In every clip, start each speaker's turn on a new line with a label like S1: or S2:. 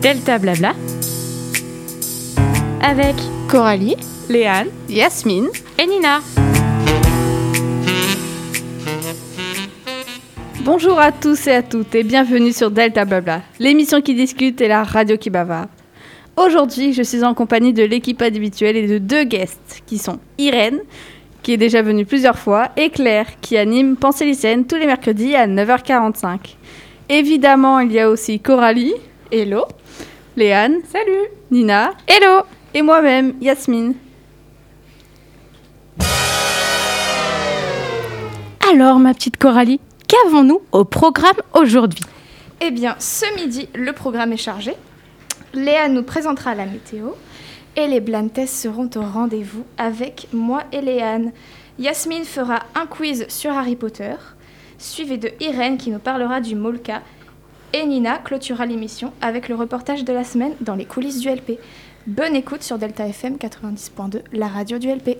S1: Delta Blabla avec
S2: Coralie,
S1: Léane
S2: Yasmine.
S1: et Nina.
S2: Bonjour à tous et à toutes et bienvenue sur Delta Blabla, l'émission qui discute et la radio qui bavarde. Aujourd'hui, je suis en compagnie de l'équipe habituelle et de deux guests qui sont Irène, qui est déjà venue plusieurs fois, et Claire, qui anime Pensée lycéenne tous les mercredis à 9h45. Évidemment, il y a aussi Coralie, hello, Léane,
S1: Salut
S2: Nina,
S1: Hello
S2: et moi-même, Yasmine.
S3: Alors, ma petite Coralie, qu'avons-nous au programme aujourd'hui
S4: Eh bien, ce midi, le programme est chargé. Léa nous présentera la météo et les Blantes seront au rendez-vous avec moi et Léane. Yasmine fera un quiz sur Harry Potter, suivi de Irène qui nous parlera du Molca et Nina clôturera l'émission avec le reportage de la semaine dans les coulisses du LP. Bonne écoute sur Delta FM 90.2, la radio du LP.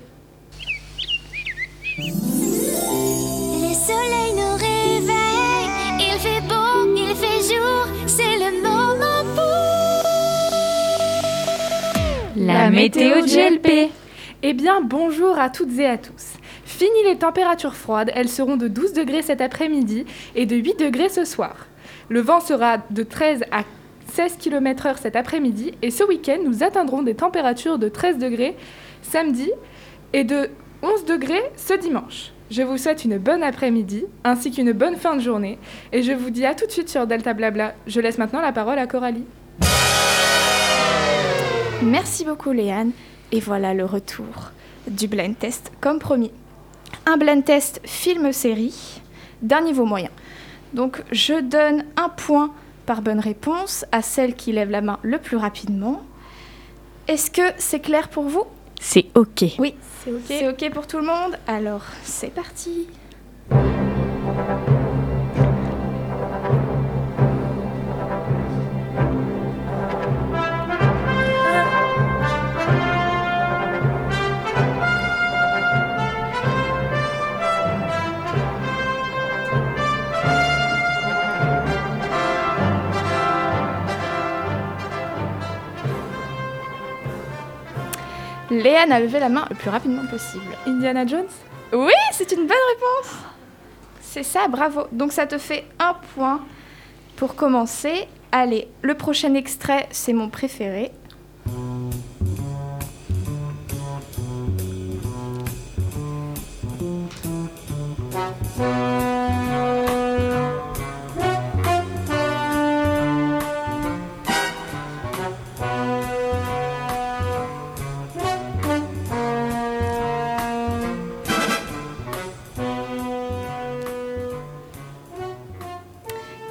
S5: Le soleil nous réveille, il fait beau, il fait jour, c'est le moment
S1: La météo de GLP
S6: Eh bien, bonjour à toutes et à tous. Fini les températures froides, elles seront de 12 degrés cet après-midi et de 8 degrés ce soir. Le vent sera de 13 à 16 km/h cet après-midi et ce week-end, nous atteindrons des températures de 13 degrés samedi et de 11 degrés ce dimanche. Je vous souhaite une bonne après-midi ainsi qu'une bonne fin de journée et je vous dis à tout de suite sur Delta Blabla. Je laisse maintenant la parole à Coralie.
S4: Merci beaucoup Léane. Et voilà le retour du blind test comme promis. Un blind test film-série d'un niveau moyen. Donc je donne un point par bonne réponse à celle qui lève la main le plus rapidement. Est-ce que c'est clair pour vous
S3: C'est OK.
S4: Oui, c'est ok. C'est ok pour tout le monde Alors c'est parti. Léane a levé la main le plus rapidement possible.
S6: Indiana Jones
S4: Oui, c'est une bonne réponse. C'est ça, bravo. Donc ça te fait un point pour commencer. Allez, le prochain extrait, c'est mon préféré.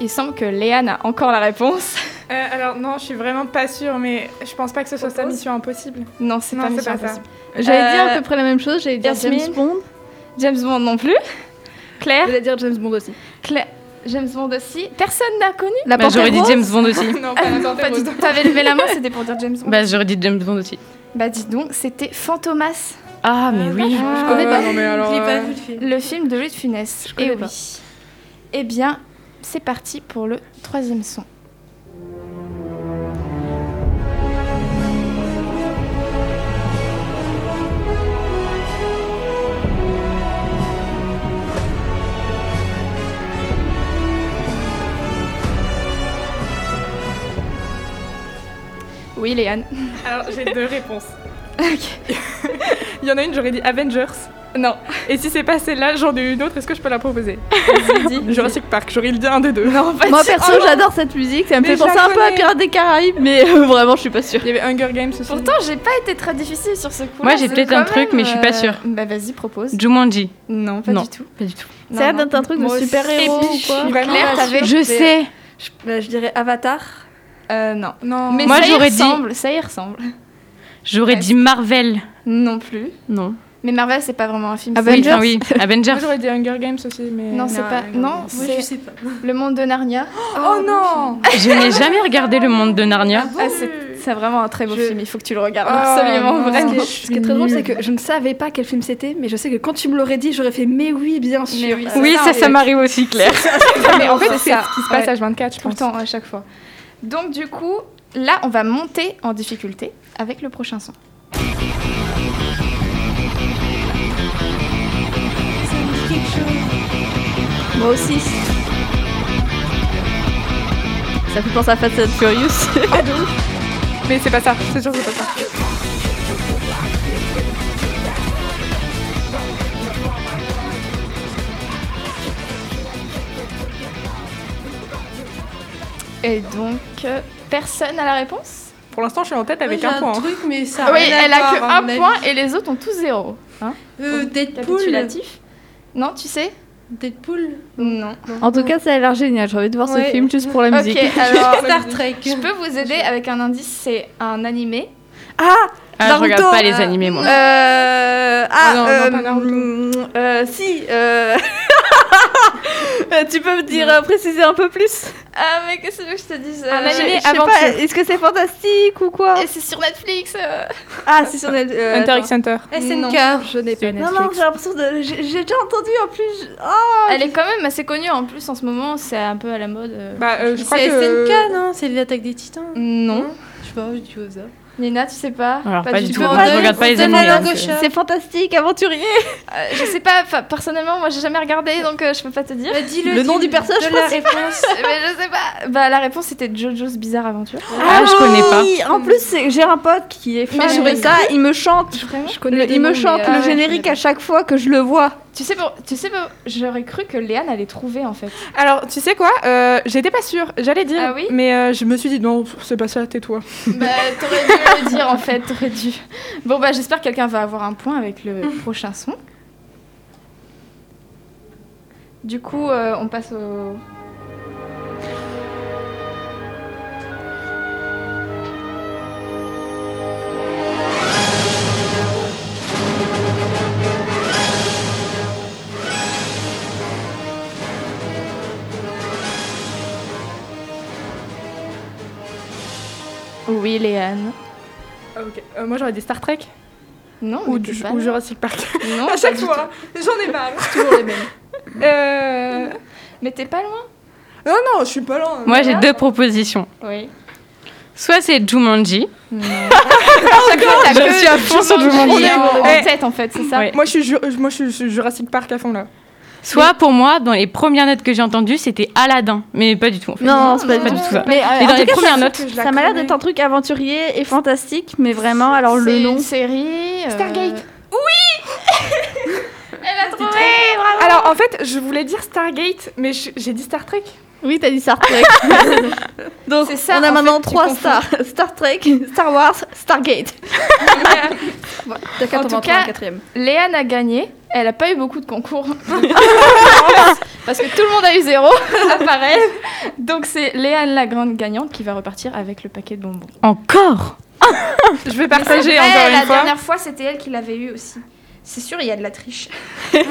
S4: Il semble que Léane a encore la réponse.
S6: Euh, alors non, je suis vraiment pas sûre, mais je pense pas que ce soit sa
S4: Propose.
S6: mission impossible.
S4: Non, c'est
S6: Non,
S4: pas,
S6: c'est
S4: Mission
S6: pas ça.
S4: Impossible.
S2: J'allais
S4: Euh,
S2: dire à peu près la même chose, j'allais dire James
S4: Yasmine.
S2: Bond,
S4: James Bond non plus. Claire,
S2: j'allais dire James Bond aussi.
S4: Claire- James Bond aussi. Personne n'a connu.
S2: La
S3: Bah,
S2: Panthère
S3: j'aurais dit
S2: Rose.
S3: James Bond aussi.
S6: non,
S4: Ah,
S6: pas la
S4: non,
S6: Tante
S4: pas
S6: Rose.
S4: du tout. T'avais levé la main, c'était pour dire James Bond. Bah,
S3: Bah, j'aurais dit James Bond aussi.
S4: dis donc, c'était Fantomas,
S3: Ah, mais oui.
S6: Ah,
S4: connais pas.
S6: Non, mais alors, euh,
S4: le film de Louis de Funès.
S6: connais
S4: Eh oui. Eh bien, c'est parti pour le troisième son. Oui, Léane.
S6: Alors, j'ai deux réponses. Il y en a une, j'aurais dit Avengers. Non. Et si c'est pas celle-là, j'en ai une autre, est-ce que je peux la proposer Jurassic Park, j'aurais le un des deux. Non, en fait,
S2: Moi perso, j'adore cette musique, ça me
S6: Mais
S2: fait
S6: je la
S2: penser un peu à
S6: connais.
S2: Pirates des Caraïbes, mais euh, vraiment, je suis pas sûre.
S6: il y avait Hunger Games ce soir.
S4: Pourtant, j'ai pas été très difficile sur ce coup.
S3: Moi, j'ai peut-être un truc, mais je suis pas sûre.
S4: Bah, vas-y, propose.
S3: Jumanji.
S4: Non, pas
S3: Non.
S4: du tout.
S3: Pas du tout.
S4: Non,
S2: Ça a
S4: non.
S2: l'air d'être un truc de
S4: Moi aussi.
S2: super-héros
S4: Et puis,
S2: ou quoi.
S4: je suis
S6: Vraiment
S4: Claire,
S6: pas
S4: t'avais-
S3: Je sais.
S2: je dirais Avatar.
S4: Euh, non.
S6: Non.
S4: Mais
S3: Moi,
S4: ça y
S3: j'aurais dit-
S4: ressemble, ça y ressemble.
S3: J'aurais dit Marvel.
S4: Non plus.
S3: Non.
S4: Mais Marvel, c'est pas vraiment un film.
S3: Oui,
S4: c'est-
S3: enfin, oui. Avengers.
S6: Moi, j'aurais dit Hunger Games aussi, mais.
S4: Non, c'est pas.
S6: Hunger
S4: Non,
S6: Games.
S4: c'est le monde de Narnia.
S6: Oh non
S3: Je n'ai jamais regardé le monde de Narnia.
S4: Ah, c'est c'est vraiment un très beau film. Il faut que tu le regardes
S6: Oh,
S4: absolument,
S6: non.
S4: vraiment.
S6: Parce
S7: Ce qui est très drôle, c'est que je ne savais pas quel film c'était, mais je sais que quand tu me l'aurais dit, j'aurais fait mais oui, bien sûr.
S4: Mais oui,
S3: Oui, ça, ça
S4: marche
S3: m'arrive aussi, Claire.
S6: Mais en fait, c'est
S4: ça.
S6: ce qui se passe
S4: Ouais.
S6: à 24, je
S4: tout le
S6: pense.
S4: temps à chaque fois. Donc du coup, là, on va monter en difficulté avec le prochain son.
S2: Moi aussi. Ça fait penser à Fast and Furious.
S6: Mais c'est pas ça, c'est sûr que c'est pas ça.
S4: Et donc, euh, personne à la réponse
S6: Pour l'instant, je suis en tête avec un point. hein.
S8: truc, mais ça.
S4: Ah Oui, elle a que un point et les autres ont tous zéro.
S8: Deadpool.
S4: Capitulatif Non, tu sais
S8: Deadpool.
S4: Non.
S2: en tout cas, ça a l'air génial. J'ai envie de voir
S8: Ouais.
S2: ce film juste pour la
S4: Ok,
S2: musique.
S4: alors,
S8: Star Trek.
S4: je peux vous aider avec un indice, c'est un animé.
S2: Ah
S3: Ah, je regarde
S2: Naruto,
S3: pas les
S2: euh,
S3: animés, moi.
S2: euh, Ah,
S6: non, non,
S2: euh,
S6: pas Naruto.
S2: mm, euh, si. euh, tu peux me dire, euh, préciser un peu plus
S4: Ah, mais qu'est-ce que tu veux que je te dise euh,
S2: Un animé
S4: je- je sais
S2: aventure.
S4: pas,
S2: Est-ce que c'est fantastique ou quoi
S4: Et c'est sur Netflix euh.
S2: Ah, c'est sur Netflix. euh,
S6: Hunter
S2: attends.
S6: x Hunter.
S8: SNK.
S7: Je n'ai pas.
S2: Non, non, j'ai l'impression de. J'ai j'ai déjà entendu en plus. je- Ah,
S4: Elle est quand même assez connue en plus en ce moment, c'est un peu à la mode. euh.
S6: Bah, euh, je crois
S8: C'est
S6: que.
S8: SNK, non C'est l'attaque des titans.
S4: Non.
S8: Je sais pas, je dis au hasard.
S4: Nina, tu sais pas
S3: Alors, pas du
S8: Tu
S3: tout.
S8: peux
S3: Je
S8: pas
S3: regarde pas les
S8: donner
S3: animés.
S8: la
S3: hein,
S8: langue au
S3: c'est-
S8: chat.
S2: c'est fantastique, aventurier
S4: Euh, je sais pas, enfin, personnellement, moi j'ai jamais regardé donc euh, je peux pas te dire.
S8: Bah, dis-le,
S2: Le nom
S8: dis-
S2: du personnage,
S8: donne la réponse.
S4: mais je sais pas. Bah, la réponse c'était Jojo's Bizarre Aventure.
S3: Ah, je connais pas.
S2: oui, En plus, c'est- j'ai un pote qui est fan
S4: Mais j'aurais
S2: de ça, il me chante.
S4: Vraiment
S7: Je
S2: Le-
S7: connais.
S2: il me chante
S4: ah ouais,
S2: le
S4: je connais
S2: générique
S4: pas.
S2: à chaque fois que je le vois.
S4: Tu sais, pour- tu sais, pour- j'aurais cru que Léane allait trouver en fait.
S6: Alors, tu sais quoi Euh, J'étais pas sûre, j'allais dire.
S4: Ah oui
S6: mais euh, je me suis dit, non, c'est pas ça, tais-toi.
S4: bah, t'aurais dû le dire en fait, t'aurais dû. Bon, bah, j'espère que quelqu'un va avoir un point avec le prochain son. Du coup, euh, on passe au. Oui, Léane.
S6: Ah, ok. Euh, moi, j'aurais dit Star Trek
S4: Non,
S6: ou,
S4: mais
S6: du-
S4: t'es pas
S6: ou
S4: là.
S6: Jurassic Park.
S4: Non,
S6: à
S4: pas
S6: chaque
S4: du
S6: fois, j'en ai marre.
S8: Toujours les mêmes.
S6: Euh...
S4: tout. Mais t'es pas loin
S6: Non, non, je suis pas
S4: hein.
S6: loin.
S3: Moi, j'ai deux propositions.
S4: Oui.
S3: Soit c'est Jumanji.
S4: chaque fois, t'as
S3: Je
S4: que
S3: suis à fond sur
S4: Jumanji
S3: Oh, Jumanji.
S4: en, en
S6: Eh.
S4: tête en fait, c'est ça
S3: Ouais.
S6: Moi, je suis, ju- euh, moi, je suis Jurassic Park à fond là.
S3: Soit, pour moi, dans les premières notes que j'ai entendues, c'était Aladdin. Mais pas du tout, en fait.
S2: Non, c'est pas,
S3: pas du tout ça.
S2: Mais euh,
S3: Et
S2: en
S3: dans
S2: tout
S3: les
S2: cas,
S3: premières notes,
S2: ça, ça m'a l'air d'être un truc aventurier et fantastique, mais vraiment, alors
S4: Alors
S2: le nom.
S4: une série. euh,
S6: Stargate.
S4: Oui Elle a trouvé
S6: Alors, en fait, je voulais dire Stargate, mais je- j'ai dit Star Trek.
S2: Oui, t'as dit Star Trek. Donc,
S4: C'est ça,
S2: on a
S4: en
S2: maintenant
S4: fait, tu
S2: trois
S4: confonds.
S2: stars Star Trek, Star Wars, Stargate.
S7: T'as qu'à
S4: En
S7: t'en
S4: tout
S7: en trouver
S4: cas-
S7: un quatrième.
S4: Léane a gagné. Elle a pas eu beaucoup de concours. Parce que tout le monde a eu zéro, à part elle. Donc c'est Léane la grande gagnante qui va repartir avec le paquet de bonbons.
S3: encore.
S6: Je vais partager
S4: Ouais,
S6: encore
S4: la
S6: une fois.
S4: dernière fois, c'était elle qui l'avait eu aussi. C'est sûr, il y a de la triche.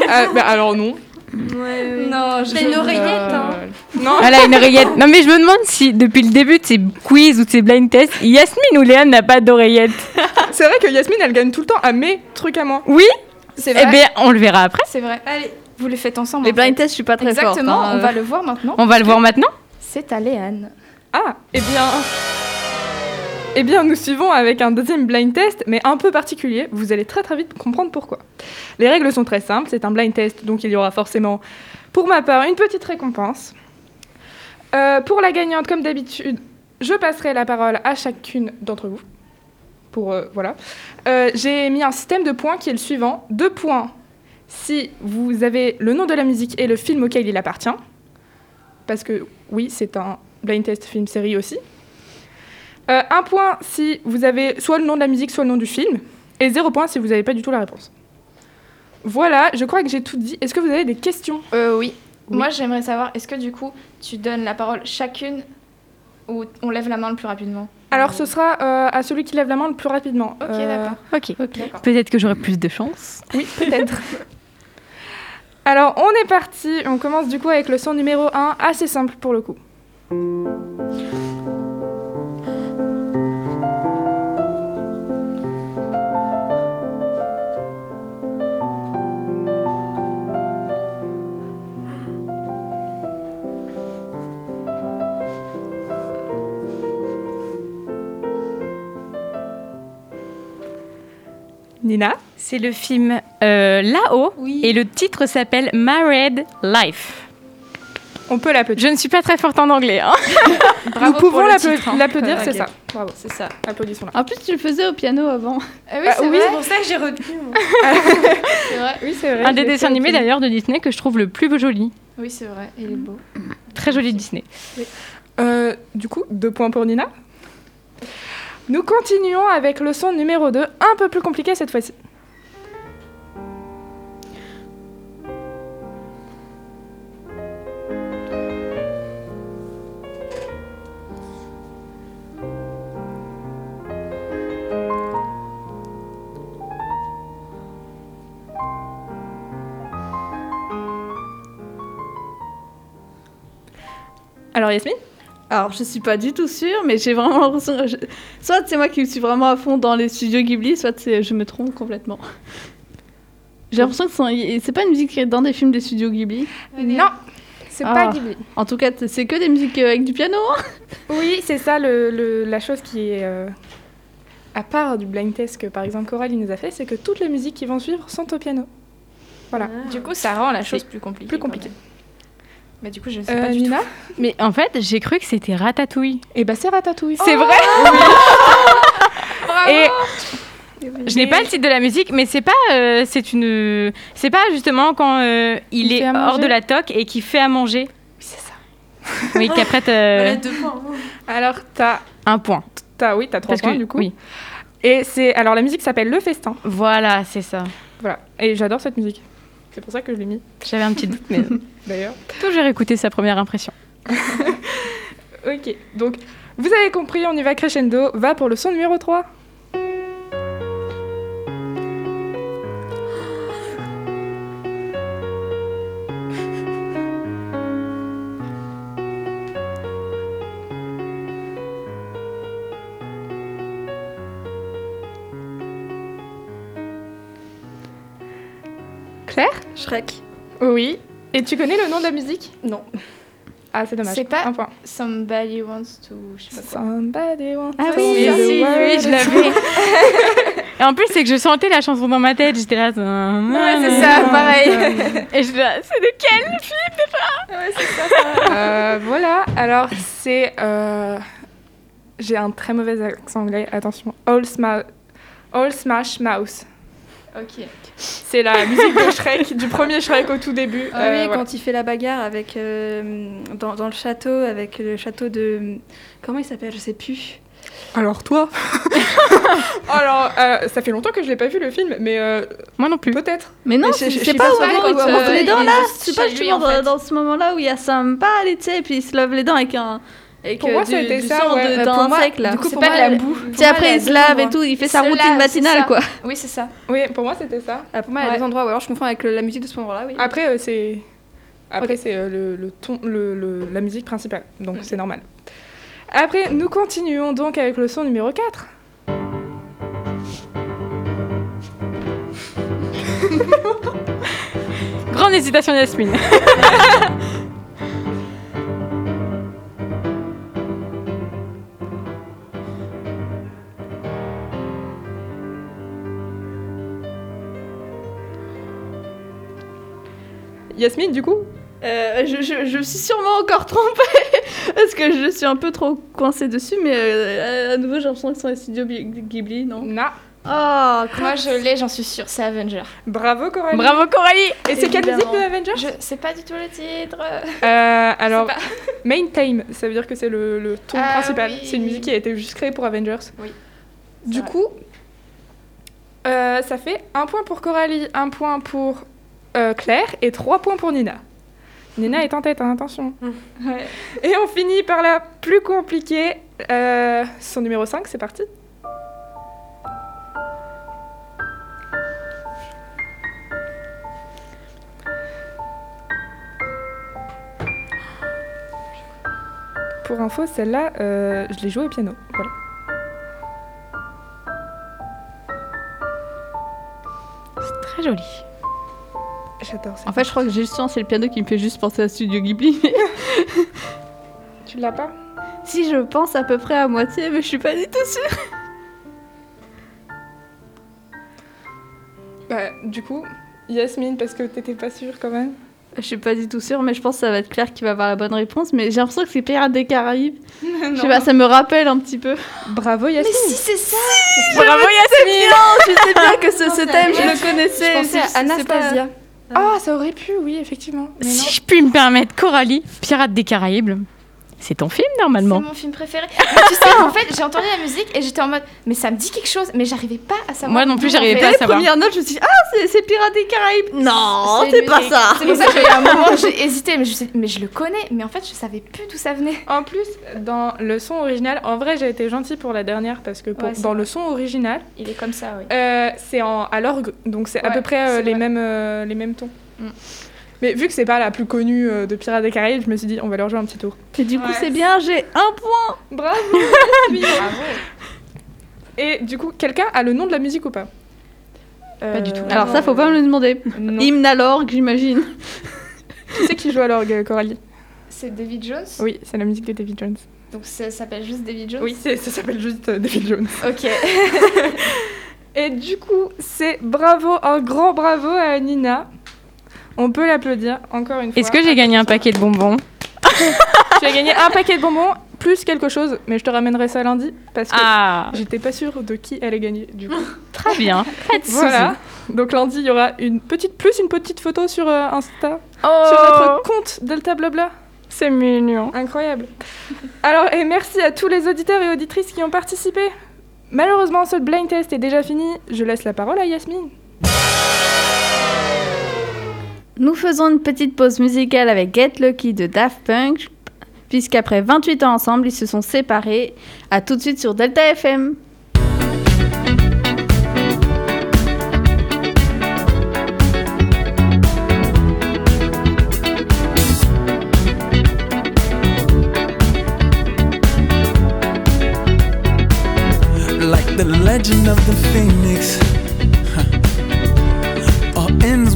S6: Ah, bah, alors, non.
S2: euh,
S4: Non,
S8: T'as une oreillette, hein.
S6: Euh, Non,
S3: Elle a une oreillette. Non, mais je me demande si, depuis le début de ces quiz ou de ces blind tests, Yasmine ou Léane n'a pas d'oreillette.
S6: c'est vrai que Yasmine, elle gagne tout le temps à mes trucs à moi.
S3: Oui
S4: C'est
S3: Eh
S4: vrai.
S3: bien, on le verra après.
S4: C'est vrai. Vous les faites ensemble.
S2: Les
S4: en
S2: blind
S4: fait.
S2: tests, je suis pas très forte.
S4: Exactement,
S2: hein,
S4: on
S2: euh.
S4: va le voir maintenant.
S3: On va le voir maintenant.
S4: C'est à Léane.
S6: Ah, eh bien. Eh bien, nous suivons avec un deuxième blind test, mais un peu particulier. Vous allez très très vite comprendre pourquoi. Les règles sont très simples. C'est un blind test, donc il y aura forcément, pour ma part, une petite récompense. Euh, pour la gagnante, comme d'habitude, je passerai la parole à chacune d'entre vous. Pour euh, voilà, Euh, j'ai mis un système de points qui est le suivant deux points si vous avez le nom de la musique et le film auquel il appartient, parce que oui, c'est un blind test film-série aussi. Euh, un point si vous avez soit le nom de la musique, soit le nom du film. Et zéro point si vous n'avez pas du tout la réponse. Voilà, je crois que j'ai tout dit. Est-ce que vous avez des questions
S4: Euh, oui.
S6: Oui.
S4: Moi, j'aimerais savoir, est-ce que du coup, tu donnes la parole chacune ou on lève la main le plus rapidement
S6: Alors ce sera euh, à celui qui lève la main le plus rapidement.
S4: Ok,
S6: Euh,
S4: d'accord.
S3: Ok.
S4: D'accord.
S3: Peut-être que j'aurai plus de chance.
S6: Oui, peut-être. Alors on est parti. On commence du coup avec le son numéro 1, assez simple pour le coup.
S3: Lina. C'est le film euh, Là-haut et le titre s'appelle Married Life.
S6: On peut l'applaudir.
S3: Je ne suis pas très forte en anglais. hein.
S6: Nous pouvons l'appla- l'applaudir,
S8: Voilà,
S6: c'est ça.
S8: ok.
S6: Bravo,
S8: C'est ça.
S6: applaudissons-la.
S2: En plus, tu le faisais au piano avant.
S8: Ah oui,
S6: Ah,
S8: c'est
S6: oui.
S8: vrai, c'est pour ça que j'ai retenu. moi. c'est vrai.
S6: Oui, c'est vrai.
S3: Un des dessins animés d'ailleurs de Disney que je trouve le plus joli.
S8: Oui, c'est vrai. Il est beau.
S3: Très joli Disney.
S6: Euh, du coup, deux points pour Nina. Nous continuons avec leçon numéro 2, un peu plus compliquée cette fois-ci. Alors Yasmine
S2: Alors, je suis pas du tout sûre, mais j'ai vraiment l'impression. je- Soit c'est moi qui suis vraiment à fond dans les studios Ghibli, soit c'est- je me trompe complètement. J'ai l'impression que c'est- c'est pas une musique qui est dans des films des studios Ghibli.
S6: Non, c'est
S2: Ah.
S6: pas Ghibli.
S2: En tout cas, c'est que des musiques euh, avec du piano. hein.
S6: Oui, c'est ça le, le- la chose qui est. euh, à part du blind test que par exemple Coralie nous a fait, c'est que toutes les musiques qui vont suivre sont au piano. Voilà.
S4: Ah,
S8: Du coup, ça rend la chose plus compliquée.
S6: plus
S8: quand
S6: compliqué.
S8: même. Mais du coup, je ne sais
S6: Euh,
S8: pas du
S6: Nina
S3: Mais en fait, j'ai cru que c'était Ratatouille.
S6: Eh ben Oh c'est Ratatouille.
S3: C'est vrai Et je n'ai pas le titre de la musique, mais c'est pas, euh, c'est une, c'est pas justement quand euh, il,
S6: Il fait
S3: est
S6: à
S3: hors
S6: manger.
S3: de la toque et qu'il fait à manger.
S6: c'est ça.
S3: Oui, qu'après
S8: tout.
S3: t'as
S8: Voilà, deux points. hein.
S6: Alors t'as,
S3: un point.
S6: t'as oui, t'as trois
S3: Parce que-
S6: points du coup.
S3: oui.
S6: Et c'est alors la musique s'appelle Le Festin.
S3: Voilà, c'est ça.
S6: Voilà. Et j'adore cette musique. C'est pour ça que je l'ai mis
S3: J'avais un petit doute, mais
S6: d'ailleurs.
S3: toujours réécouter sa première impression.
S6: Ok. Donc vous avez compris, on y va crescendo. Va pour le son numéro 3. Claire
S7: Shrek.
S6: Oui. Et tu connais le nom de la musique
S8: Non.
S6: Ah, c'est dommage.
S8: C'est pas-
S6: un point.
S8: Somebody wants to. Je sais pas quoi.
S6: Somebody wants
S3: Ah
S6: to
S3: oui,
S6: be the
S3: si, oui,
S6: world.
S3: je l'avais. et en plus, c'est que je sentais la chanson dans ma tête. J'étais là. Ouais,
S8: c'est ça, pareil.
S3: Et je là, c'est de quel
S6: Euh, voilà, alors c'est. euh, J'ai un très mauvais accent anglais, attention. All, Sma- All Smash Mouse.
S8: ok.
S6: C'est la musique de Shrek, du premier Shrek au tout début.
S7: Ah oui,
S6: Euh, voilà.
S7: quand il fait la bagarre avec euh, dans, dans le château, avec le château de comment il s'appelle, je sais plus.
S6: Alors toi Alors, euh, ça fait longtemps que je l'ai pas vu le film, mais euh,
S3: Moi non plus.
S6: peut-être.
S2: Mais non,
S7: Mais je-
S2: c'est
S7: je
S2: c'est
S7: sais
S2: pas
S7: pas
S2: au
S7: ça,
S2: moment
S7: quoi,
S2: où euh, il se
S7: vraiment,
S2: montre
S7: il
S2: les
S7: est
S2: dents là. C'est
S8: chez
S2: pas
S8: lui,
S2: justement
S8: en
S2: dans,
S8: fait.
S2: dans ce moment-là où il y a Sampa, tu sais, et puis il se lave les dents avec un. Avec
S6: Pour
S2: euh,
S6: moi,
S2: du,
S6: c'était
S2: du
S6: ça,
S2: sang
S6: ouais.
S2: de-
S6: Euh,
S2: d'un
S6: pour moi,
S2: insecte là.
S6: du coup,
S8: C'est
S6: pour
S8: pas
S6: moi, hein.
S8: de la
S6: elle-
S8: boue.
S2: Tu sais, après il se lave et tout, il fait sa
S8: C'est là,
S2: routine
S8: c'est
S2: matinale
S8: ça.
S2: quoi.
S8: Oui, c'est ça.
S6: Oui, pour moi c'était ça.
S7: Ah, pour moi, il y a
S6: Ouais.
S7: des endroits où alors je confonds avec le- la musique de ce moment-là, oui.
S6: Après, euh, c'est après c'est euh, le, le ton, le, le- la musique principale, donc c'est normal. Après, nous continuons donc avec le son numéro 4.
S3: Grande hésitation, Yasmine.
S6: Yasmine, du coup
S2: Euh, je, je, je me suis sûrement encore trompée parce que je suis un peu trop coincée dessus, mais euh, à nouveau j'ai l'impression que c'est les studios Bi- Ghibli, non
S6: Na.
S2: Oh, crap.
S8: Moi, je l'ai, j'en suis sûre. C'est Avenger.
S6: Bravo Coralie.
S3: Bravo Coralie.
S6: Et c'est quelle
S8: Évidemment.
S6: musique de Avengers
S8: Je sais pas du tout le titre.
S6: Euh, Alors,
S8: pas.
S6: Main Time, ça veut dire que c'est le, le ton
S8: Ah
S6: principal.
S8: oui.
S6: C'est une musique qui a été juste créée pour Avengers.
S8: Oui.
S6: Du
S8: vrai.
S6: coup, euh, ça fait un point pour Coralie, un point pour euh, Claire et trois points pour Nina. Nina est en tête, hein, attention.
S8: Ouais.
S6: Et on finit par la plus compliquée. euh, son numéro 5, c'est parti. Pour info, celle-là, euh, je l'ai jouée au piano. Voilà.
S3: C'est très joli.
S6: J'adore ça.
S2: En fait, je crois que justement c'est le piano qui me fait juste penser à Studio Ghibli.
S6: Tu l'as pas
S2: si je pense à peu près à moitié, mais je suis pas du tout sûre.
S6: Bah, du coup, Yasmine, parce que t'étais pas sûre quand même.
S2: Je suis pas du tout sûre, mais je pense que ça va être Claire qui va avoir la bonne réponse. Mais j'ai l'impression que c'est Pirates des Caraïbes. Je sais pas, ça me rappelle un petit peu.
S6: Bravo Yasmine.
S4: c'est ça
S3: Bravo Yasmine
S2: je sais bien que ce, ce thème, je le connaissais.
S7: pensais à Anastasia.
S6: Ah, ça aurait pu, oui, effectivement. Mais non.
S3: Si je puis me permettre, Coralie, Pirates des Caraïbes, c'est ton film normalement.
S4: C'est mon film préféré. Mais tu sais, en fait, j'ai entendu la musique et j'étais en mode, mais ça me dit quelque chose, mais j'arrivais pas à savoir.
S3: Moi non plus, j'arrivais
S4: d'où, en
S3: pas à
S4: fait.
S3: savoir.
S2: Première note, je me suis dit, ah, c'est- c'est Pirates des Caraïbes. Non, c'est pas ça.
S4: C'est pour ça qu'il y a un moment, j'ai hésité, mais je, sais- mais je le connais, mais en fait, je savais plus d'où ça venait.
S6: En plus, dans le son original, en vrai, j'ai été gentille pour la dernière parce que pour-
S4: Ouais, c'est
S6: dans le son original,
S4: Il est comme ça, oui.
S6: euh, c'est en à l'orgue, donc c'est à
S4: Ouais,
S6: peu près euh,
S4: c'est
S6: les
S4: vrai.
S6: mêmes euh, les mêmes tons.
S4: Mm.
S6: Mais vu que c'est pas la plus connue euh, de Pirates des Caraïbes, je me suis dit on va leur jouer un petit tour.
S2: Et du coup,
S6: Ouais.
S2: c'est bien, j'ai un point.
S6: Bravo. Et du coup, quelqu'un a le nom de la musique ou pas
S4: Pas
S6: du tout. Euh,
S2: Alors ça, faut pas me le demander. Hymne à l'orgue, j'imagine.
S6: Qui c'est qui joue à l'orgue, Coralie
S8: C'est David Jones.
S6: Oui, c'est la musique de David Jones.
S8: Donc ça s'appelle juste David Jones.
S6: Oui, c'est- ça s'appelle juste euh, David Jones.
S8: Ok.
S6: Et du coup, c'est bravo, un grand bravo à Nina. On peut l'applaudir encore une fois.
S3: Est-ce que j'ai gagné un paquet de bonbons
S6: Tu as gagné un paquet de bonbons plus quelque chose, mais je te ramènerai ça lundi parce que
S3: Ah,
S6: j'étais pas sûre de qui allait gagner. Du coup,
S3: très bien. Pas de
S6: voilà.
S3: soucis.
S6: Donc lundi, il y aura une petite plus une petite photo sur euh, Insta,
S3: Oh,
S6: sur notre compte Delta Blabla.
S3: c'est mignon.
S6: Incroyable. Alors, et merci à tous les auditeurs et auditrices qui ont participé. Malheureusement, ce blind test est déjà fini. Je laisse la parole à Yasmine.
S2: Nous faisons une petite pause musicale avec Get Lucky de Daft Punk, puisqu'après 28 ans ensemble, ils se sont séparés. À tout de suite sur Delta FM.
S9: like the legend of the phoenix. Huh. All ends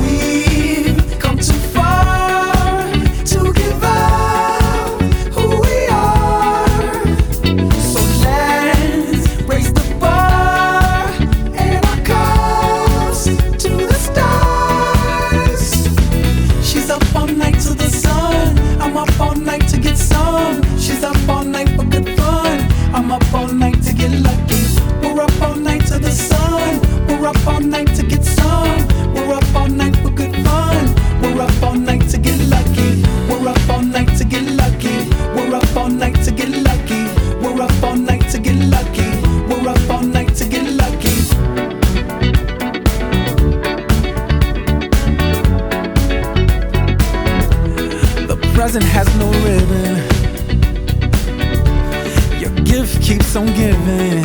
S9: We've come too far to give up who we are. So let's raise the bar and our cups to the stars. She's up all night to the sun. I'm up all night to get some. She's up all night for good fun. I'm up all night to get lucky. We're up all night to the sun. We're up all night to get some. We're up all night for good fun. We're up all night to get lucky. We're up all night to get lucky. We're up all night to get lucky. We're up all night to get lucky. We're up all night to get lucky. The present has no ribbon. Your gift keeps on giving.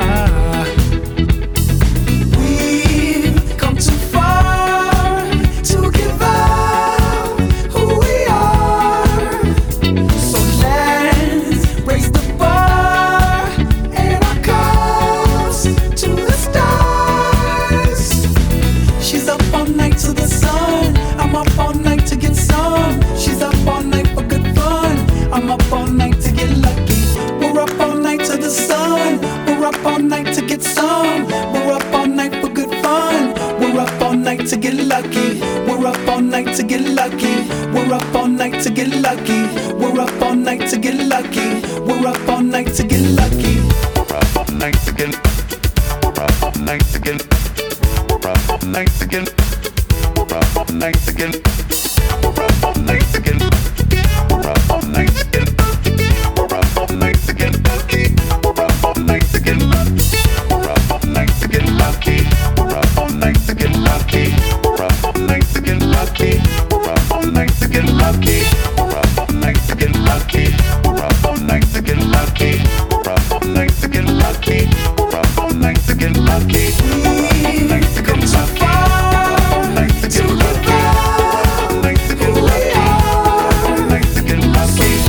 S9: Ah. We've come too far to give up who we are. So let's raise the bar and our cups to the stars. She's up all night to the sun. I'm up all night to get some. She's up all night for good fun. I'm up all night to get lucky. We're up all night to the sun. We're up all night to get some. We're up all night for good fun. We're up all night to get lucky. We're up all night to get lucky. We're up all night to get lucky. We're up all night to get lucky. We're up all night to get lucky. We're up all night to get. We're up all night to get. We're up all night to get. We're up all night to get. We're up all night to get. We're up all night to get. We're up all night to get lucky. We're up all night to get lucky. We're up all night to get lucky. We're up all night to get lucky. We're up all night to get lucky. We're up all night to get lucky. We're up all night to get lucky. We're up all night to get lucky. We're up all night to get lucky. We're up all night to get lucky. We're up all night to get lucky. We're up all night to get lucky. We're up all night to get lucky. We're up all night to get lucky.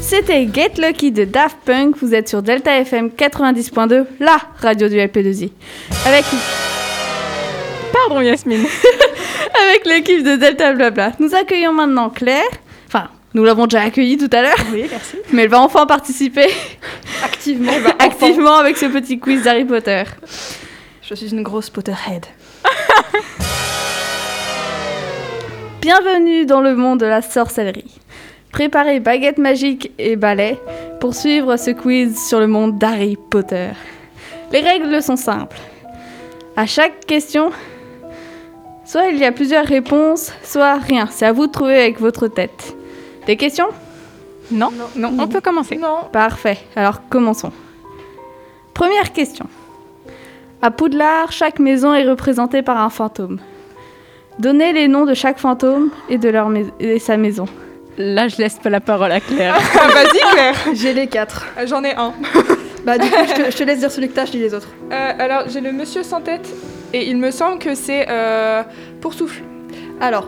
S2: C'était Get Lucky de Daft Punk. Vous êtes sur Delta FM 90.2, la radio du LP2I. Avec,
S3: Pardon, Yasmine.
S2: avec l'équipe de Delta Blabla. Nous accueillons maintenant Claire. Enfin, nous l'avons déjà accueillie tout à l'heure.
S10: Oui, merci.
S2: Mais elle va enfin participer
S10: Activement.
S2: activement avec ce petit quiz d'Harry Potter.
S10: Je suis une grosse Potterhead.
S2: Bienvenue dans le monde de la sorcellerie. Préparez baguette magique et balai pour suivre ce quiz sur le monde d'Harry Potter. Les règles sont simples. À chaque question, soit il y a plusieurs réponses, soit rien. C'est à vous de trouver avec votre tête. Des questions
S3: Non, non, on peut commencer.
S6: Non.
S2: Parfait. Alors commençons. Première question. À Poudlard, chaque maison est représentée par un fantôme. Donnez les noms de chaque fantôme et de leur mais- et sa maison.
S3: Là, je laisse pas la parole à Claire.
S6: Vas-y, Claire.
S10: J'ai les quatre.
S6: Ah, J'en ai un.
S10: Bah du coup, je te, je te laisse dire celui que t'as, je dis les autres.
S6: Euh, alors, j'ai le monsieur sans tête et il me semble que c'est euh, pour souffle.
S10: Alors,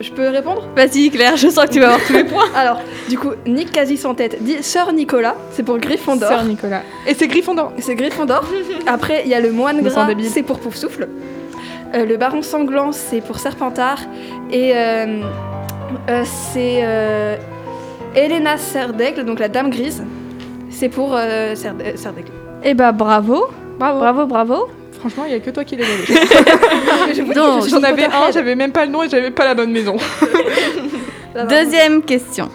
S10: je peux répondre
S2: Vas-y Claire, je sens que tu vas avoir tous les points.
S10: Alors, du coup, Nick quasi sans tête dit Sœur Nicolas, c'est pour Gryffondor.
S6: Sœur Nicolas. Et c'est Gryffondor.
S10: C'est Gryffondor. Après, il y a le moine
S6: Me
S10: gras,
S6: sens débile.
S10: c'est pour Poufsouffle. Euh, le baron sanglant, c'est pour Serpentard. Et euh, euh, c'est euh, Elena Serdaigle, donc la dame grise, c'est pour euh, Serd- euh, Serdaigle.
S2: Eh bah bravo,
S6: Bravo.
S2: bravo, bravo.
S6: Franchement, il y a que toi qui l'as gagné.
S2: Donc,
S6: J'en avais un, j'avais même pas le nom et j'avais pas la bonne maison.
S2: Deuxième question.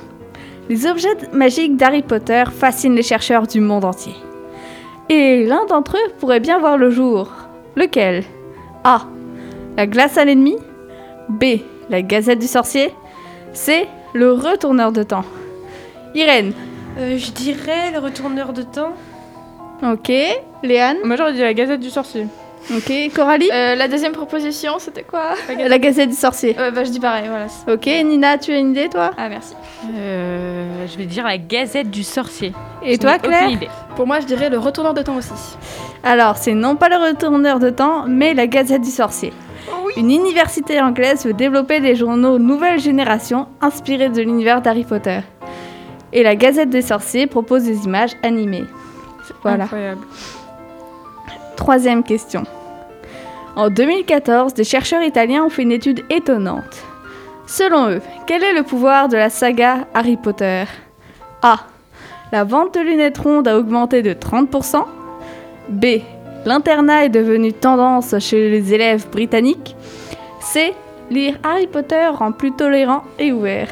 S2: Les objets magiques d'Harry Potter fascinent les chercheurs du monde entier. Et l'un d'entre eux pourrait bien voir le jour. Lequel A. La glace à l'ennemi. B. La gazette du sorcier. C. Le retourneur de temps. Irène.
S5: Euh, je dirais le retourneur de temps.
S2: Ok. Léane.
S6: Moi, j'aurais dit la Gazette du Sorcier.
S2: Ok. Coralie.
S4: Euh, la deuxième proposition, c'était quoi
S2: La gazette du sorcier.
S4: Ouais, Bah je dis pareil, voilà.
S2: Ok. Nina, tu as une idée toi
S4: Ah merci.
S3: Euh, je vais dire la Gazette du Sorcier.
S2: Et
S3: Je n'ai
S2: toi
S3: aucune
S2: Claire
S3: idée.
S10: Pour moi, je dirais le retourneur de temps aussi.
S2: Alors, c'est non pas le retourneur de temps, mais la Gazette du Sorcier. Une université anglaise veut développer des journaux nouvelle génération inspirés de l'univers d'Harry Potter. Et la Gazette des Sorciers propose des images animées. Voilà.
S6: Incroyable.
S2: Troisième question. En 2014, des chercheurs italiens ont fait une étude étonnante. Selon eux, quel est le pouvoir de la saga Harry Potter A. La vente de lunettes rondes a augmenté de 30%. B. L'internat est devenu tendance chez les élèves britanniques. C. Lire Harry Potter rend plus tolérant et ouvert.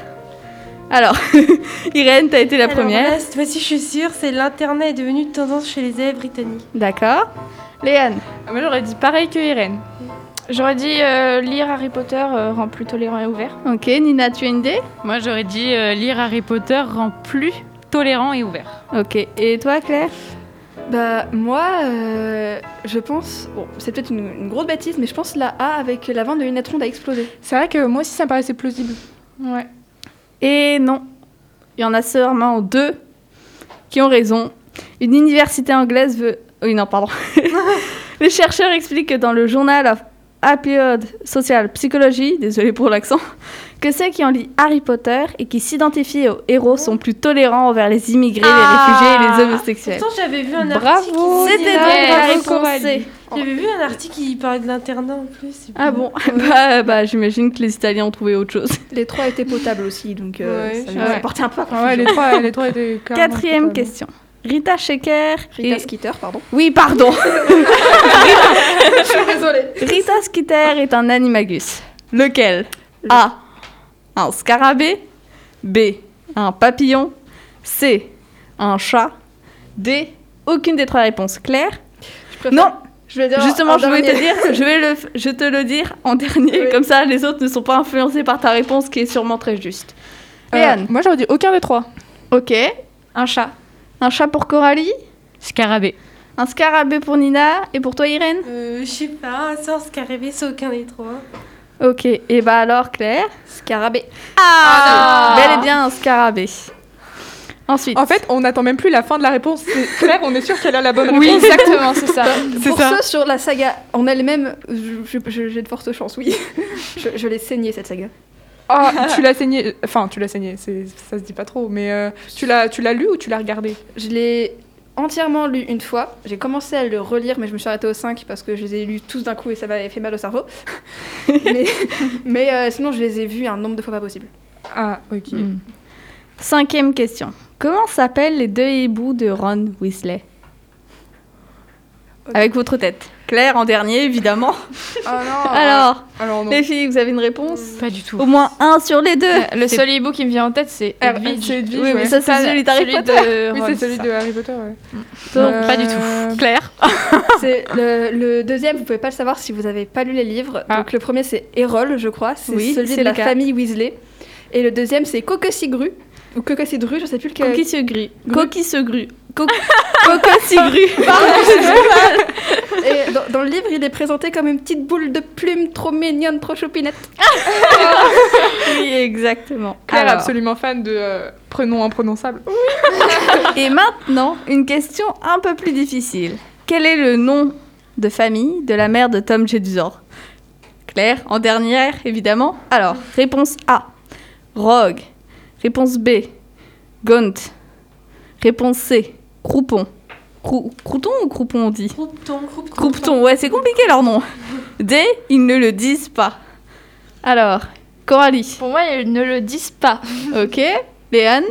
S2: Alors, Irène, t'as été la première.
S5: Là, cette fois-ci, je suis sûre, c'est l'internet est devenu tendance chez les élèves britanniques.
S2: D'accord. Léane.
S4: Ah,
S6: Moi, j'aurais dit pareil que Irène.
S4: J'aurais dit euh, lire Harry Potter euh, rend plus tolérant et ouvert.
S2: Ok, Nina, tu as une idée
S3: Moi, j'aurais dit euh, lire Harry Potter rend plus tolérant et ouvert.
S2: Ok. Et toi, Claire
S10: Bah moi, euh, je pense, bon, c'est peut-être une, une grosse bêtise, mais je pense la A avec la vente de lunettes rondes a explosé.
S6: C'est vrai que moi aussi, ça me paraissait plausible.
S4: Ouais.
S2: Et non, il y en a seulement deux qui ont raison. Une université anglaise veut... Oui, non, pardon. Les chercheurs expliquent que dans le journal of Applied Social Psychology, désolé pour l'accent, que ceux qui ont lu Harry Potter et qui s'identifient aux héros sont plus tolérants envers les immigrés,
S10: Ah.
S2: les réfugiés et les homosexuels.
S5: Pourtant, j'avais vu un article. qui
S6: Bravo
S5: disait-
S2: C'était donc
S6: Nina,
S2: la
S6: bravo,
S2: réponse C.
S6: Coralie.
S10: Bah,
S5: J'avais vu un article qui parlait de l'internat en plus. c'est
S2: Ah
S5: plus-
S2: bon Bah, bah, j'imagine que les Italiens ont trouvé autre chose.
S10: Les trois étaient potables aussi, donc euh,
S6: Ouais,
S10: ça
S6: je-
S10: nous
S6: ouais.
S10: apportait un peu à
S6: Ah ouais, les trois, les trois étaient clairement
S2: Quatrième
S6: coupables.
S2: question. Rita Shaker
S10: Rita
S2: et-
S10: Skeeter, pardon.
S2: Oui, pardon
S10: Je suis désolée.
S2: Rita Skeeter est un animagus. Lequel A. Un scarabée. B. Un papillon. C. Un chat. D. Aucune des trois réponses. Claire Non,
S10: Je vais dire
S2: justement,
S10: un
S2: je voulais te
S10: dernier.
S2: dire, je vais le, f- je te le dire en dernier,
S10: Oui.
S2: comme ça les autres ne sont pas influencés par ta réponse qui est sûrement très juste.
S6: Euh,
S2: Léane.
S6: moi, j'aurais dit aucun des trois.
S2: Ok.
S4: Un chat.
S2: Un chat pour Coralie,
S3: Scarabée.
S2: un scarabée pour Nina et pour toi Irène.
S5: Euh, je sais pas, un sens qui arrivait, c'est aucun des trois.
S2: Ok. Et bah alors Claire,
S10: Scarabée.
S2: ah, Oh. bel et bien un scarabée. Ensuite.
S6: En fait, on n'attend même plus la fin de la réponse. C'est clair, on est sûr qu'elle a la bonne
S4: Oui,
S6: réponse.
S4: exactement, c'est ça.
S6: C'est
S10: Pour
S6: ça.
S10: ceux sur la saga en elle-même, je- je- je- j'ai de fortes chances, oui. je, je l'ai saignée cette saga.
S6: Ah, tu l'as saigné. Enfin, tu l'as saigné, c'est- ça se dit pas trop, mais euh, tu l'as tu l'as lu ou tu l'as regardé
S10: Je l'ai entièrement lu une fois. J'ai commencé à le relire, mais je me suis arrêtée au 5 parce que je les ai lus tous d'un coup et ça m'avait fait mal au cerveau. mais mais, euh, sinon, je les ai vus un nombre de fois pas possible.
S6: Ah, ok.
S2: Cinquième question. Comment s'appellent les deux hiboux de Ron Weasley Avec votre tête. Claire en dernier, évidemment.
S6: Ah
S2: Oh, Alors,
S6: Alors non.
S2: les filles, vous avez une réponse
S3: Pas du tout.
S2: Au moins un sur les deux.
S4: Le seul hibou qui me vient en tête, c'est
S6: Ah,
S4: Edwige.
S6: c'est Edwige,
S2: Oui, mais
S6: ouais.
S2: ça, c'est
S4: Pas
S2: celui d'Harry Potter.
S4: de
S6: Oui,
S4: Ron,
S6: c'est celui
S4: ça.
S6: de Harry Potter, ouais.
S2: Donc,
S6: Euh,
S3: Pas du tout. Claire
S10: C'est le, le deuxième, vous pouvez pas le savoir si vous avez pas lu les livres.
S6: Ah.
S10: Donc le premier c'est Erol, je crois, c'est
S2: Oui,
S10: celui
S2: c'est
S10: de la
S2: le cas.
S10: famille Weasley. Et le deuxième c'est Cocosigru ou Cocosidru, je sais plus lequel.
S2: Euh, Coquille se grue. Coquille se grue. Co- Coco se grue.
S10: Et dans, dans le livre, il est présenté comme une petite boule de plume trop mignonne, trop choupinette.
S2: Oui, exactement.
S6: Claire,
S2: Alors,
S6: absolument fan de euh, prénom imprononçable.
S2: Et maintenant, une question un peu plus difficile. Quel est le nom de famille de la mère de Tom Jedusor Claire, en dernière, évidemment. Alors, réponse A, Rogue. Réponse B, Gaunt. Réponse C, Croupon. Crou- crouton ou Croupon, on dit
S9: Croupton, croupton.
S2: Croupton, ouais, c'est compliqué leur nom. D, ils ne le disent pas. Alors, Coralie,
S4: Pour moi, ils ne le disent pas.
S2: ok. Léane,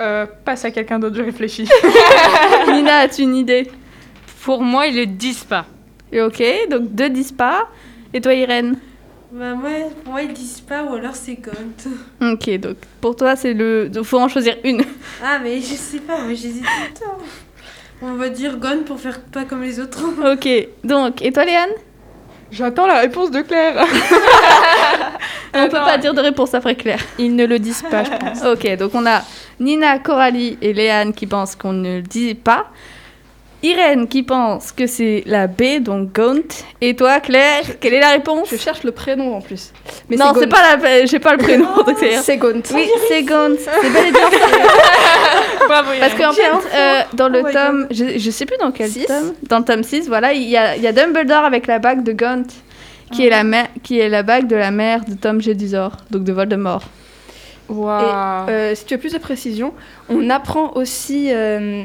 S6: Euh, passe à quelqu'un d'autre, je réfléchis.
S2: Nina, as-tu une idée
S3: Pour moi, ils le disent pas.
S2: Et Ok, donc deux dispas. Et toi, Irène
S9: Bah, moi, pour moi, ils disent pas, ou alors c'est Gaunt.
S2: Ok, donc pour toi, c'est le. donc, faut en choisir une.
S9: Ah, mais je sais pas, mais j'hésite tout le temps. On va dire Gaunt pour faire pas comme les autres.
S2: Ok, donc, et toi, Léane
S6: J'attends la réponse de Claire.
S2: On peut pas dire de réponse après Claire.
S3: Ils ne le disent pas, je pense.
S2: Ok, donc on a Nina, Coralie et Léane qui pensent qu'on ne le dit pas. Irène qui pense que c'est la B, donc Gaunt. Et toi, Claire, quelle est la réponse
S10: Je cherche le prénom en plus. Mais
S2: Non, c'est
S10: Gaunt.
S2: pas la. J'ai pas le prénom, donc c'est.
S10: C'est Gaunt.
S2: Oui, c'est Gaunt. C'est bel et bien ça. Parce qu'en fait, euh, dans le
S9: Oh my
S2: tome, je, je sais plus dans quel
S10: Six
S2: tome, dans le tome 6, voilà, il y a, il y a Dumbledore avec la bague de Gaunt, qui, est la mère- qui est la bague de la mère de Tom Jedusor, donc de Voldemort.
S6: Waouh.
S10: Euh, si tu veux plus de précision, on apprend aussi euh,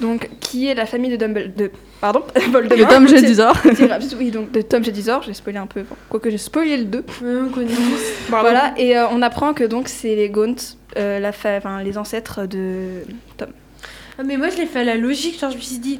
S10: donc qui est la famille de Dumbledore. de- Pardon, Voldemort.
S2: De Tom Jedusor.
S10: C'est grave. Oui, donc de Tom Jedusor, j'ai spoilé un peu, bon, quoique j'ai spoilé le 2.
S9: Ouais, on connaît tous.
S6: Bravo.
S10: Voilà, et euh, on apprend que donc c'est les Gaunt, euh, la fa- enfin, les ancêtres de Tom.
S9: Ah, mais moi, je l'ai fait à la logique. Genre, je me suis dit,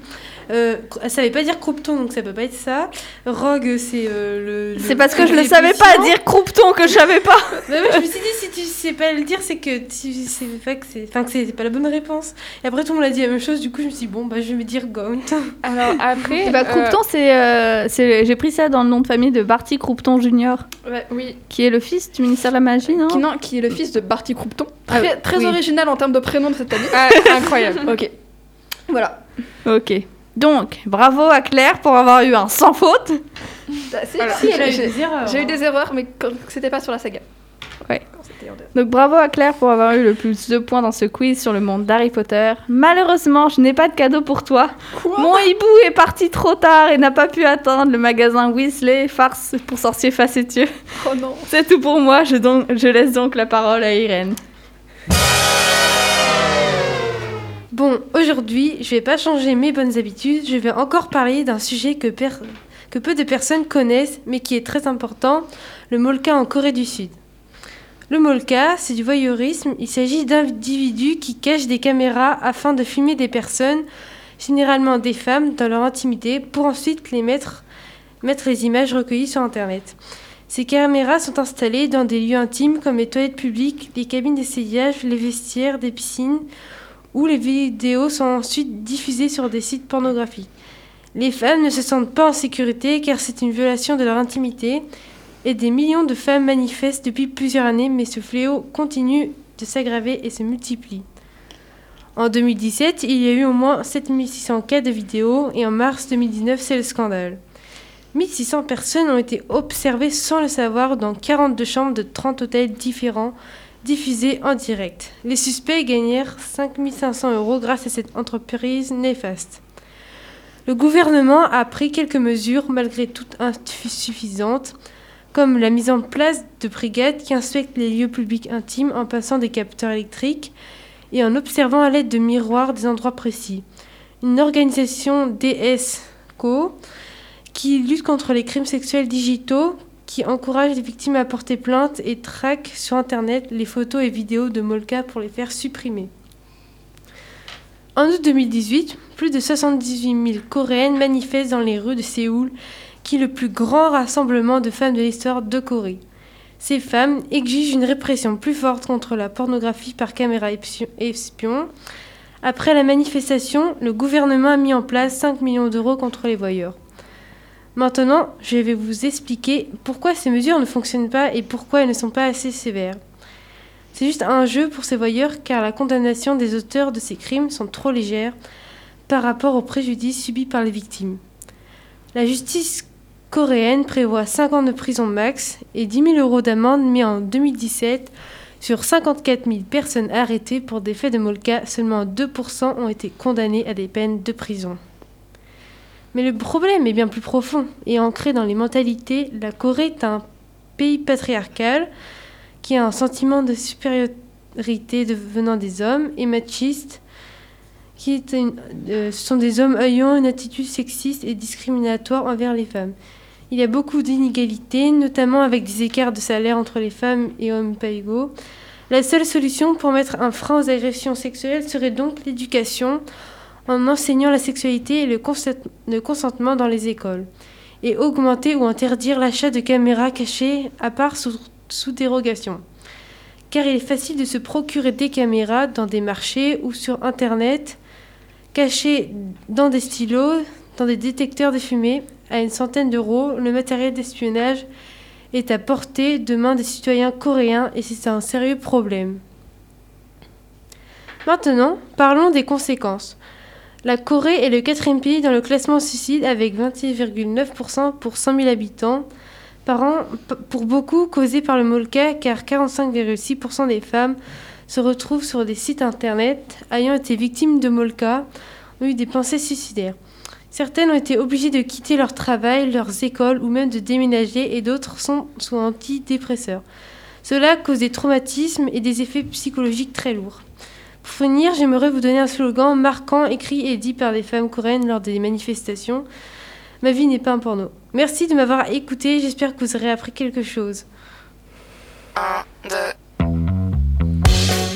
S9: euh, cro- ça veut pas dire croupton, donc ça peut pas être ça. Rogue, c'est euh, le.
S2: C'est parce que je le savais pas
S9: dire
S2: dire Croupton que je savais pas.
S9: Bah ouais, je me suis dit, si tu sais pas le dire, c'est que tu sais pas que c'est. Enfin, que c'est pas la bonne réponse. Et après, tout le monde a dit la même chose, du coup, je me suis dit, bon, bah, je vais me dire Gaunt.
S6: Alors après.
S2: Et bah,
S6: euh,
S2: Croupton, c'est, euh, c'est- j'ai pris ça dans le nom de famille de Barty Croupton Junior,
S6: Oui.
S2: qui est le fils du ministère de la Magie, non
S10: Qui, non, qui est le fils de Barty Croupton.
S2: Ah,
S10: Très, très
S2: oui.
S10: original en termes de prénom de cette famille.
S6: Ah, incroyable.
S10: ok. Voilà.
S2: Ok. Donc, bravo à Claire pour avoir eu un sans faute.
S10: Ah, si,
S6: Voilà.
S10: si, elle a eu
S9: J'ai-
S10: des- J'ai
S9: hein.
S10: eu des erreurs, mais quand- c'était pas sur la saga.
S2: Ouais.
S10: Quand c'était en dehors.
S2: Donc bravo à Claire pour avoir eu le plus de points dans ce quiz sur le monde d'Harry Potter. Malheureusement, je n'ai pas de cadeau pour toi. Mon hibou est parti trop tard et n'a pas pu atteindre le magasin Weasley, farce pour sorciers facétieux.
S10: Oh non.
S2: C'est tout pour moi, je, donc, je laisse donc la parole à Irène.
S9: Bon, aujourd'hui, je vais pas changer mes bonnes habitudes. Je vais encore parler d'un sujet que, per- que peu de personnes connaissent, mais qui est très important le molka en Corée du Sud. Le molka, c'est du voyeurisme. Il s'agit d'individus qui cachent des caméras afin de filmer des personnes, généralement des femmes, dans leur intimité, pour ensuite les mettre, mettre les images recueillies sur Internet. Ces caméras sont installées dans des lieux intimes comme les toilettes publiques, les cabines d'essayage, les vestiaires, des piscines où les vidéos sont ensuite diffusées sur des sites pornographiques. Les femmes ne se sentent pas en sécurité car c'est une violation de leur intimité et des millions de femmes manifestent depuis plusieurs années mais ce fléau continue de s'aggraver et se multiplie. En 2017, il y a eu au moins 7600 cas de vidéos et en mars 2019, c'est le scandale. 1600 personnes ont été observées sans le savoir dans 42 chambres de 30 hôtels différents diffusée en direct. Les suspects gagnèrent 5500 euros grâce à cette entreprise néfaste. Le gouvernement a pris quelques mesures, malgré toutes insuffisantes,
S2: comme la mise en place de brigades qui inspectent les lieux publics intimes en passant des capteurs électriques et en observant à l'aide de miroirs des endroits précis. Une organisation DSCO qui lutte contre les crimes sexuels digitaux, qui encourage les victimes à porter plainte et traque sur Internet les photos et vidéos de Molka pour les faire supprimer. En août 2018, plus de 78 000 Coréennes manifestent dans les rues de Séoul, qui est le plus grand rassemblement de femmes de l'histoire de Corée. Ces femmes exigent une répression plus forte contre la pornographie par caméra espio- espion. Après la manifestation, le gouvernement a mis en place 5 millions d'euros contre les voyeurs. Maintenant, je vais vous expliquer pourquoi ces mesures ne fonctionnent pas et pourquoi elles ne sont pas assez sévères. C'est juste un jeu pour ces voyeurs car la condamnation des auteurs de ces crimes sont trop légères par rapport aux préjudices subis par les victimes. La justice coréenne prévoit 5 ans de prison max et 10 000 euros d'amende mis en 2017 sur 54 000 personnes arrêtées pour des faits de Molka. Seulement 2% ont été condamnés à des peines de prison. Mais le problème est bien plus profond et ancré dans les mentalités. La Corée est un pays patriarcal qui a un sentiment de supériorité de- venant des hommes et machiste, qui est une- euh, ce sont des hommes ayant une attitude sexiste et discriminatoire envers les femmes. Il y a beaucoup d'inégalités, notamment avec des écarts de salaire entre les femmes et hommes pas égaux. La seule solution pour mettre un frein aux agressions sexuelles serait donc l'éducation en enseignant la sexualité et le consent- le consentement dans les écoles et augmenter ou interdire l'achat de caméras cachées à part sous, sous dérogation. Car il est facile de se procurer des caméras dans des marchés ou sur Internet, cachées dans des stylos, dans des détecteurs de fumée. À une centaine d'euros, le matériel d'espionnage est à portée de main des citoyens coréens et c'est un sérieux problème. Maintenant, parlons des conséquences. La Corée est le quatrième pays dans le classement suicide avec 26,9% pour 100 000 habitants par an, p- pour beaucoup causé par le Molka, car 45,6% des femmes se retrouvent sur des sites internet ayant été victimes de Molka, ont eu des pensées suicidaires. Certaines ont été obligées de quitter leur travail, leurs écoles ou même de déménager et d'autres sont sous antidépresseurs. Cela cause des traumatismes et des effets psychologiques très lourds. Pour finir, j'aimerais vous donner un slogan marquant, écrit et dit par des femmes coréennes lors des manifestations. Ma vie n'est pas un porno. Merci de m'avoir écouté, j'espère que vous aurez appris quelque chose.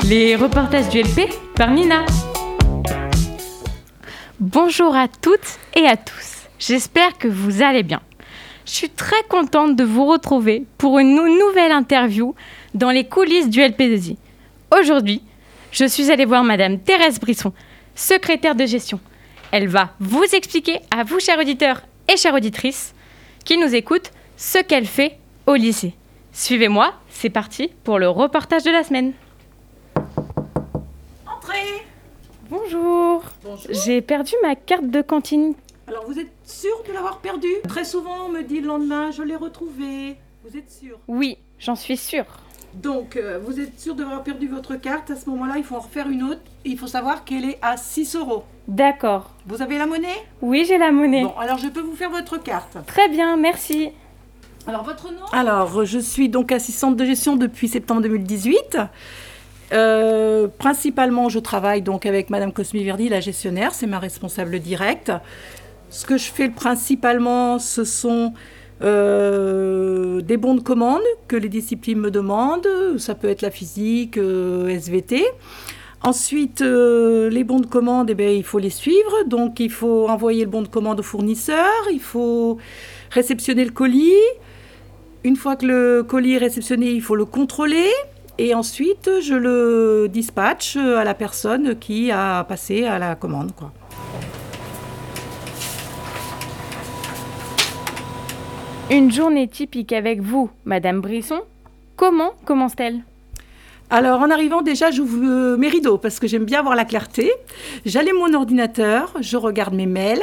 S3: Les reportages du LP par Nina. Bonjour à toutes et à tous. J'espère que vous allez bien. Je suis très contente de vous retrouver pour une nou- nouvelle interview dans les coulisses du LP2I. Aujourd'hui, je suis allée voir Madame Thérèse Brisson, secrétaire de gestion. Elle va vous expliquer à vous, chers auditeurs et chères auditrices, qui nous écoutent, ce qu'elle fait au lycée. Suivez-moi, c'est parti pour le reportage de la semaine.
S10: Entrez
S3: Bonjour. J'ai perdu ma carte de cantine.
S10: Alors vous êtes sûr de l'avoir perdu Très souvent on me dit le lendemain, je l'ai retrouvée. Vous êtes sûr
S3: Oui, j'en suis sûre.
S10: Donc euh, vous êtes sûr d'avoir perdu votre carte, à ce moment-là il faut en refaire une autre. Et il faut savoir qu'elle est à 6 euros.
S3: D'accord.
S10: Vous avez la monnaie
S3: Oui, j'ai la monnaie.
S10: Bon, alors je peux vous faire votre carte.
S3: Très bien, merci.
S10: Alors votre nom Alors je suis donc assistante de gestion depuis septembre 2018. Euh, principalement, je travaille donc avec Madame Cosmi Verdi, la gestionnaire, c'est ma responsable directe. Ce que je fais principalement, ce sont euh, des bons de commande que les disciplines me demandent. Ça peut être la physique, euh, SVT. Ensuite, euh, les bons de commande, eh ben, il faut les suivre. Donc, il faut envoyer le bon de commande au fournisseur, il faut réceptionner le colis. Une fois que le colis est réceptionné, il faut le contrôler. Et ensuite, je le dispatche à la personne qui a passé à la commande. Quoi.
S3: Une journée typique avec vous, Madame Brisson, comment commence-t-elle
S10: Alors, en arrivant, déjà, j'ouvre euh, mes rideaux parce que j'aime bien avoir la clarté. J'allume mon ordinateur, je regarde mes mails.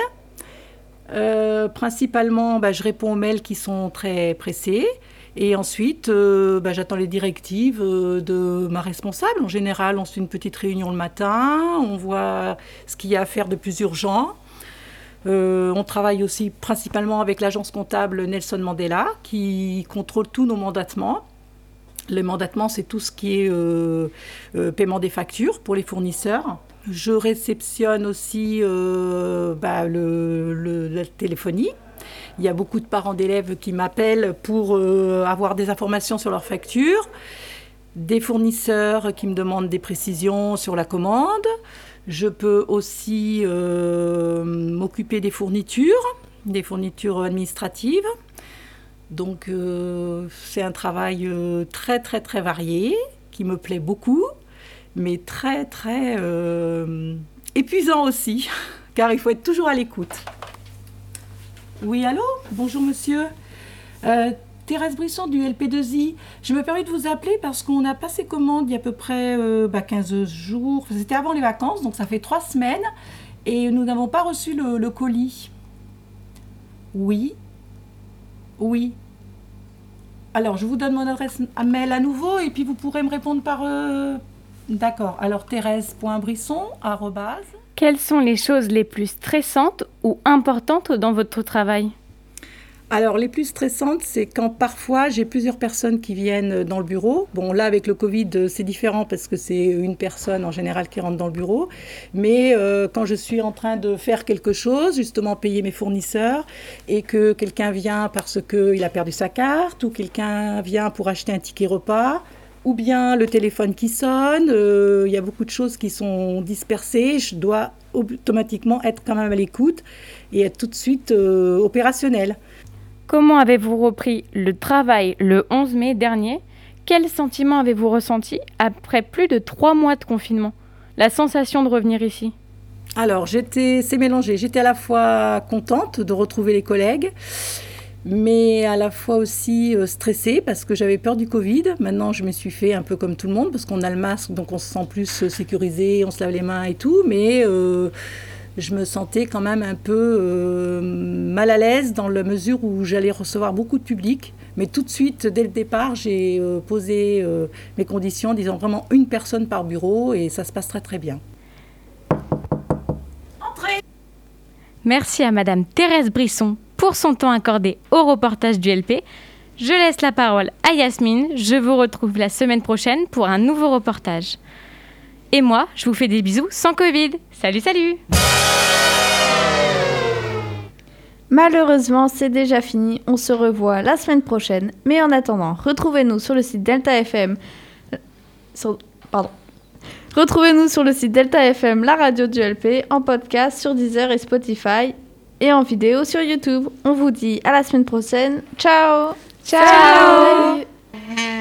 S10: Euh, principalement, bah, je réponds aux mails qui sont très pressés. Et ensuite, euh, bah, j'attends les directives euh, de ma responsable. En général, on se fait une petite réunion le matin, on voit ce qu'il y a à faire de plus urgent. Euh, on travaille aussi principalement avec l'agence comptable Nelson Mandela qui contrôle tous nos mandatements. Les mandatements, c'est tout ce qui est euh, euh, paiement des factures pour les fournisseurs. Je réceptionne aussi euh, bah, le, le- la téléphonie. Il y a beaucoup de parents d'élèves qui m'appellent pour euh, avoir des informations sur leurs factures, des fournisseurs qui me demandent des précisions sur la commande. Je peux aussi euh, m'occuper des fournitures, des fournitures administratives. Donc euh, c'est un travail euh, très très très varié qui me plaît beaucoup, mais très très euh, épuisant aussi, car il faut être toujours à l'écoute. Oui, allô Bonjour monsieur. Euh, Thérèse Brisson du LP2I. Je me permets de vous appeler parce qu'on a passé commande il y a à peu près euh, bah, 15 jours. C'était avant les vacances, donc ça fait trois semaines. Et nous n'avons pas reçu le- le colis. Oui. Oui. Alors, je vous donne mon adresse mail à nouveau et puis vous pourrez me répondre par... euh, D'accord. Alors, thérèse.brisson, arrobase.
S3: Quelles sont les choses les plus stressantes ou importantes dans votre travail
S10: Alors, les plus stressantes, c'est quand parfois j'ai plusieurs personnes qui viennent euh, dans le bureau. Bon, là, avec le Covid, euh, c'est différent parce que c'est une personne en général qui rentre dans le bureau. Mais euh, quand je suis en train de faire quelque chose, justement payer mes fournisseurs, et que quelqu'un vient parce qu'il a perdu sa carte, ou quelqu'un vient pour acheter un ticket repas, ou bien le téléphone qui sonne, euh, il y a beaucoup de choses qui sont dispersées, je dois automatiquement être quand même à l'écoute et être tout de suite euh, opérationnelle.
S3: Comment avez-vous repris le travail le 11 mai dernier Quels sentiments avez-vous ressenti après plus de trois mois de confinement La sensation de revenir ici
S10: Alors, j'étais, c'est mélangé. J'étais à la fois contente de retrouver les collègues, mais à la fois aussi euh, stressée parce que j'avais peur du Covid. Maintenant, je me suis fait un peu comme tout le monde parce qu'on a le masque, donc on se sent plus euh, sécurisé, on se lave les mains et tout, mais euh, je me sentais quand même un peu euh, mal à l'aise dans la mesure où j'allais recevoir beaucoup de public. Mais tout de suite, dès le départ, j'ai euh, posé euh, mes conditions en disant vraiment une personne par bureau et ça se passe très très bien.
S3: Merci à Madame Thérèse Brisson pour son temps accordé au reportage du LP. Je laisse la parole à Yasmine. Je vous retrouve la semaine prochaine pour un nouveau reportage. Et moi, je vous fais des bisous sans Covid. Salut, salut
S2: Malheureusement, c'est déjà fini. On se revoit la semaine prochaine. Mais en attendant, retrouvez-nous sur le site Delta FM. euh, sur- Pardon. Retrouvez-nous sur le site Delta FM, la radio du LP, en podcast sur Deezer et Spotify et en vidéo sur YouTube. On vous dit à la semaine prochaine. Ciao
S5: Ciao.
S2: Salut.